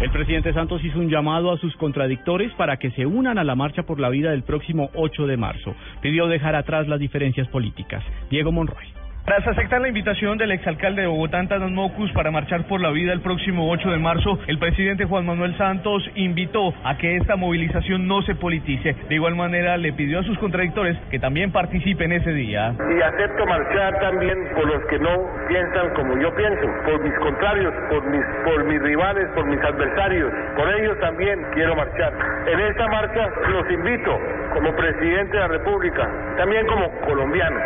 El presidente Santos hizo un llamado a sus contradictores para que se unan a la marcha por la vida del próximo 8 de marzo. Pidió dejar atrás las diferencias políticas. Diego Monroy. Tras aceptar la invitación del exalcalde de Bogotá, Antanas Mocus, para marchar por la vida el próximo 8 de marzo, el presidente Juan Manuel Santos invitó a que esta movilización no se politice. De igual manera, le pidió a sus contradictores que también participen ese día. Y acepto marchar también por los que no piensan como yo pienso, por mis contrarios, por mis, por mis rivales, por mis adversarios. Por ellos también quiero marchar. En esta marcha los invito, como presidente de la República, también como colombiano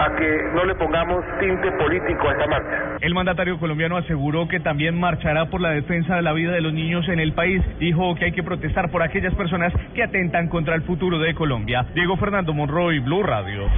a que no le pongamos tinte político a esta marcha. El mandatario colombiano aseguró que también marchará por la defensa de la vida de los niños en el país. Dijo que hay que protestar por aquellas personas que atentan contra el futuro de Colombia. Diego Fernando Monroy, Blue Radio.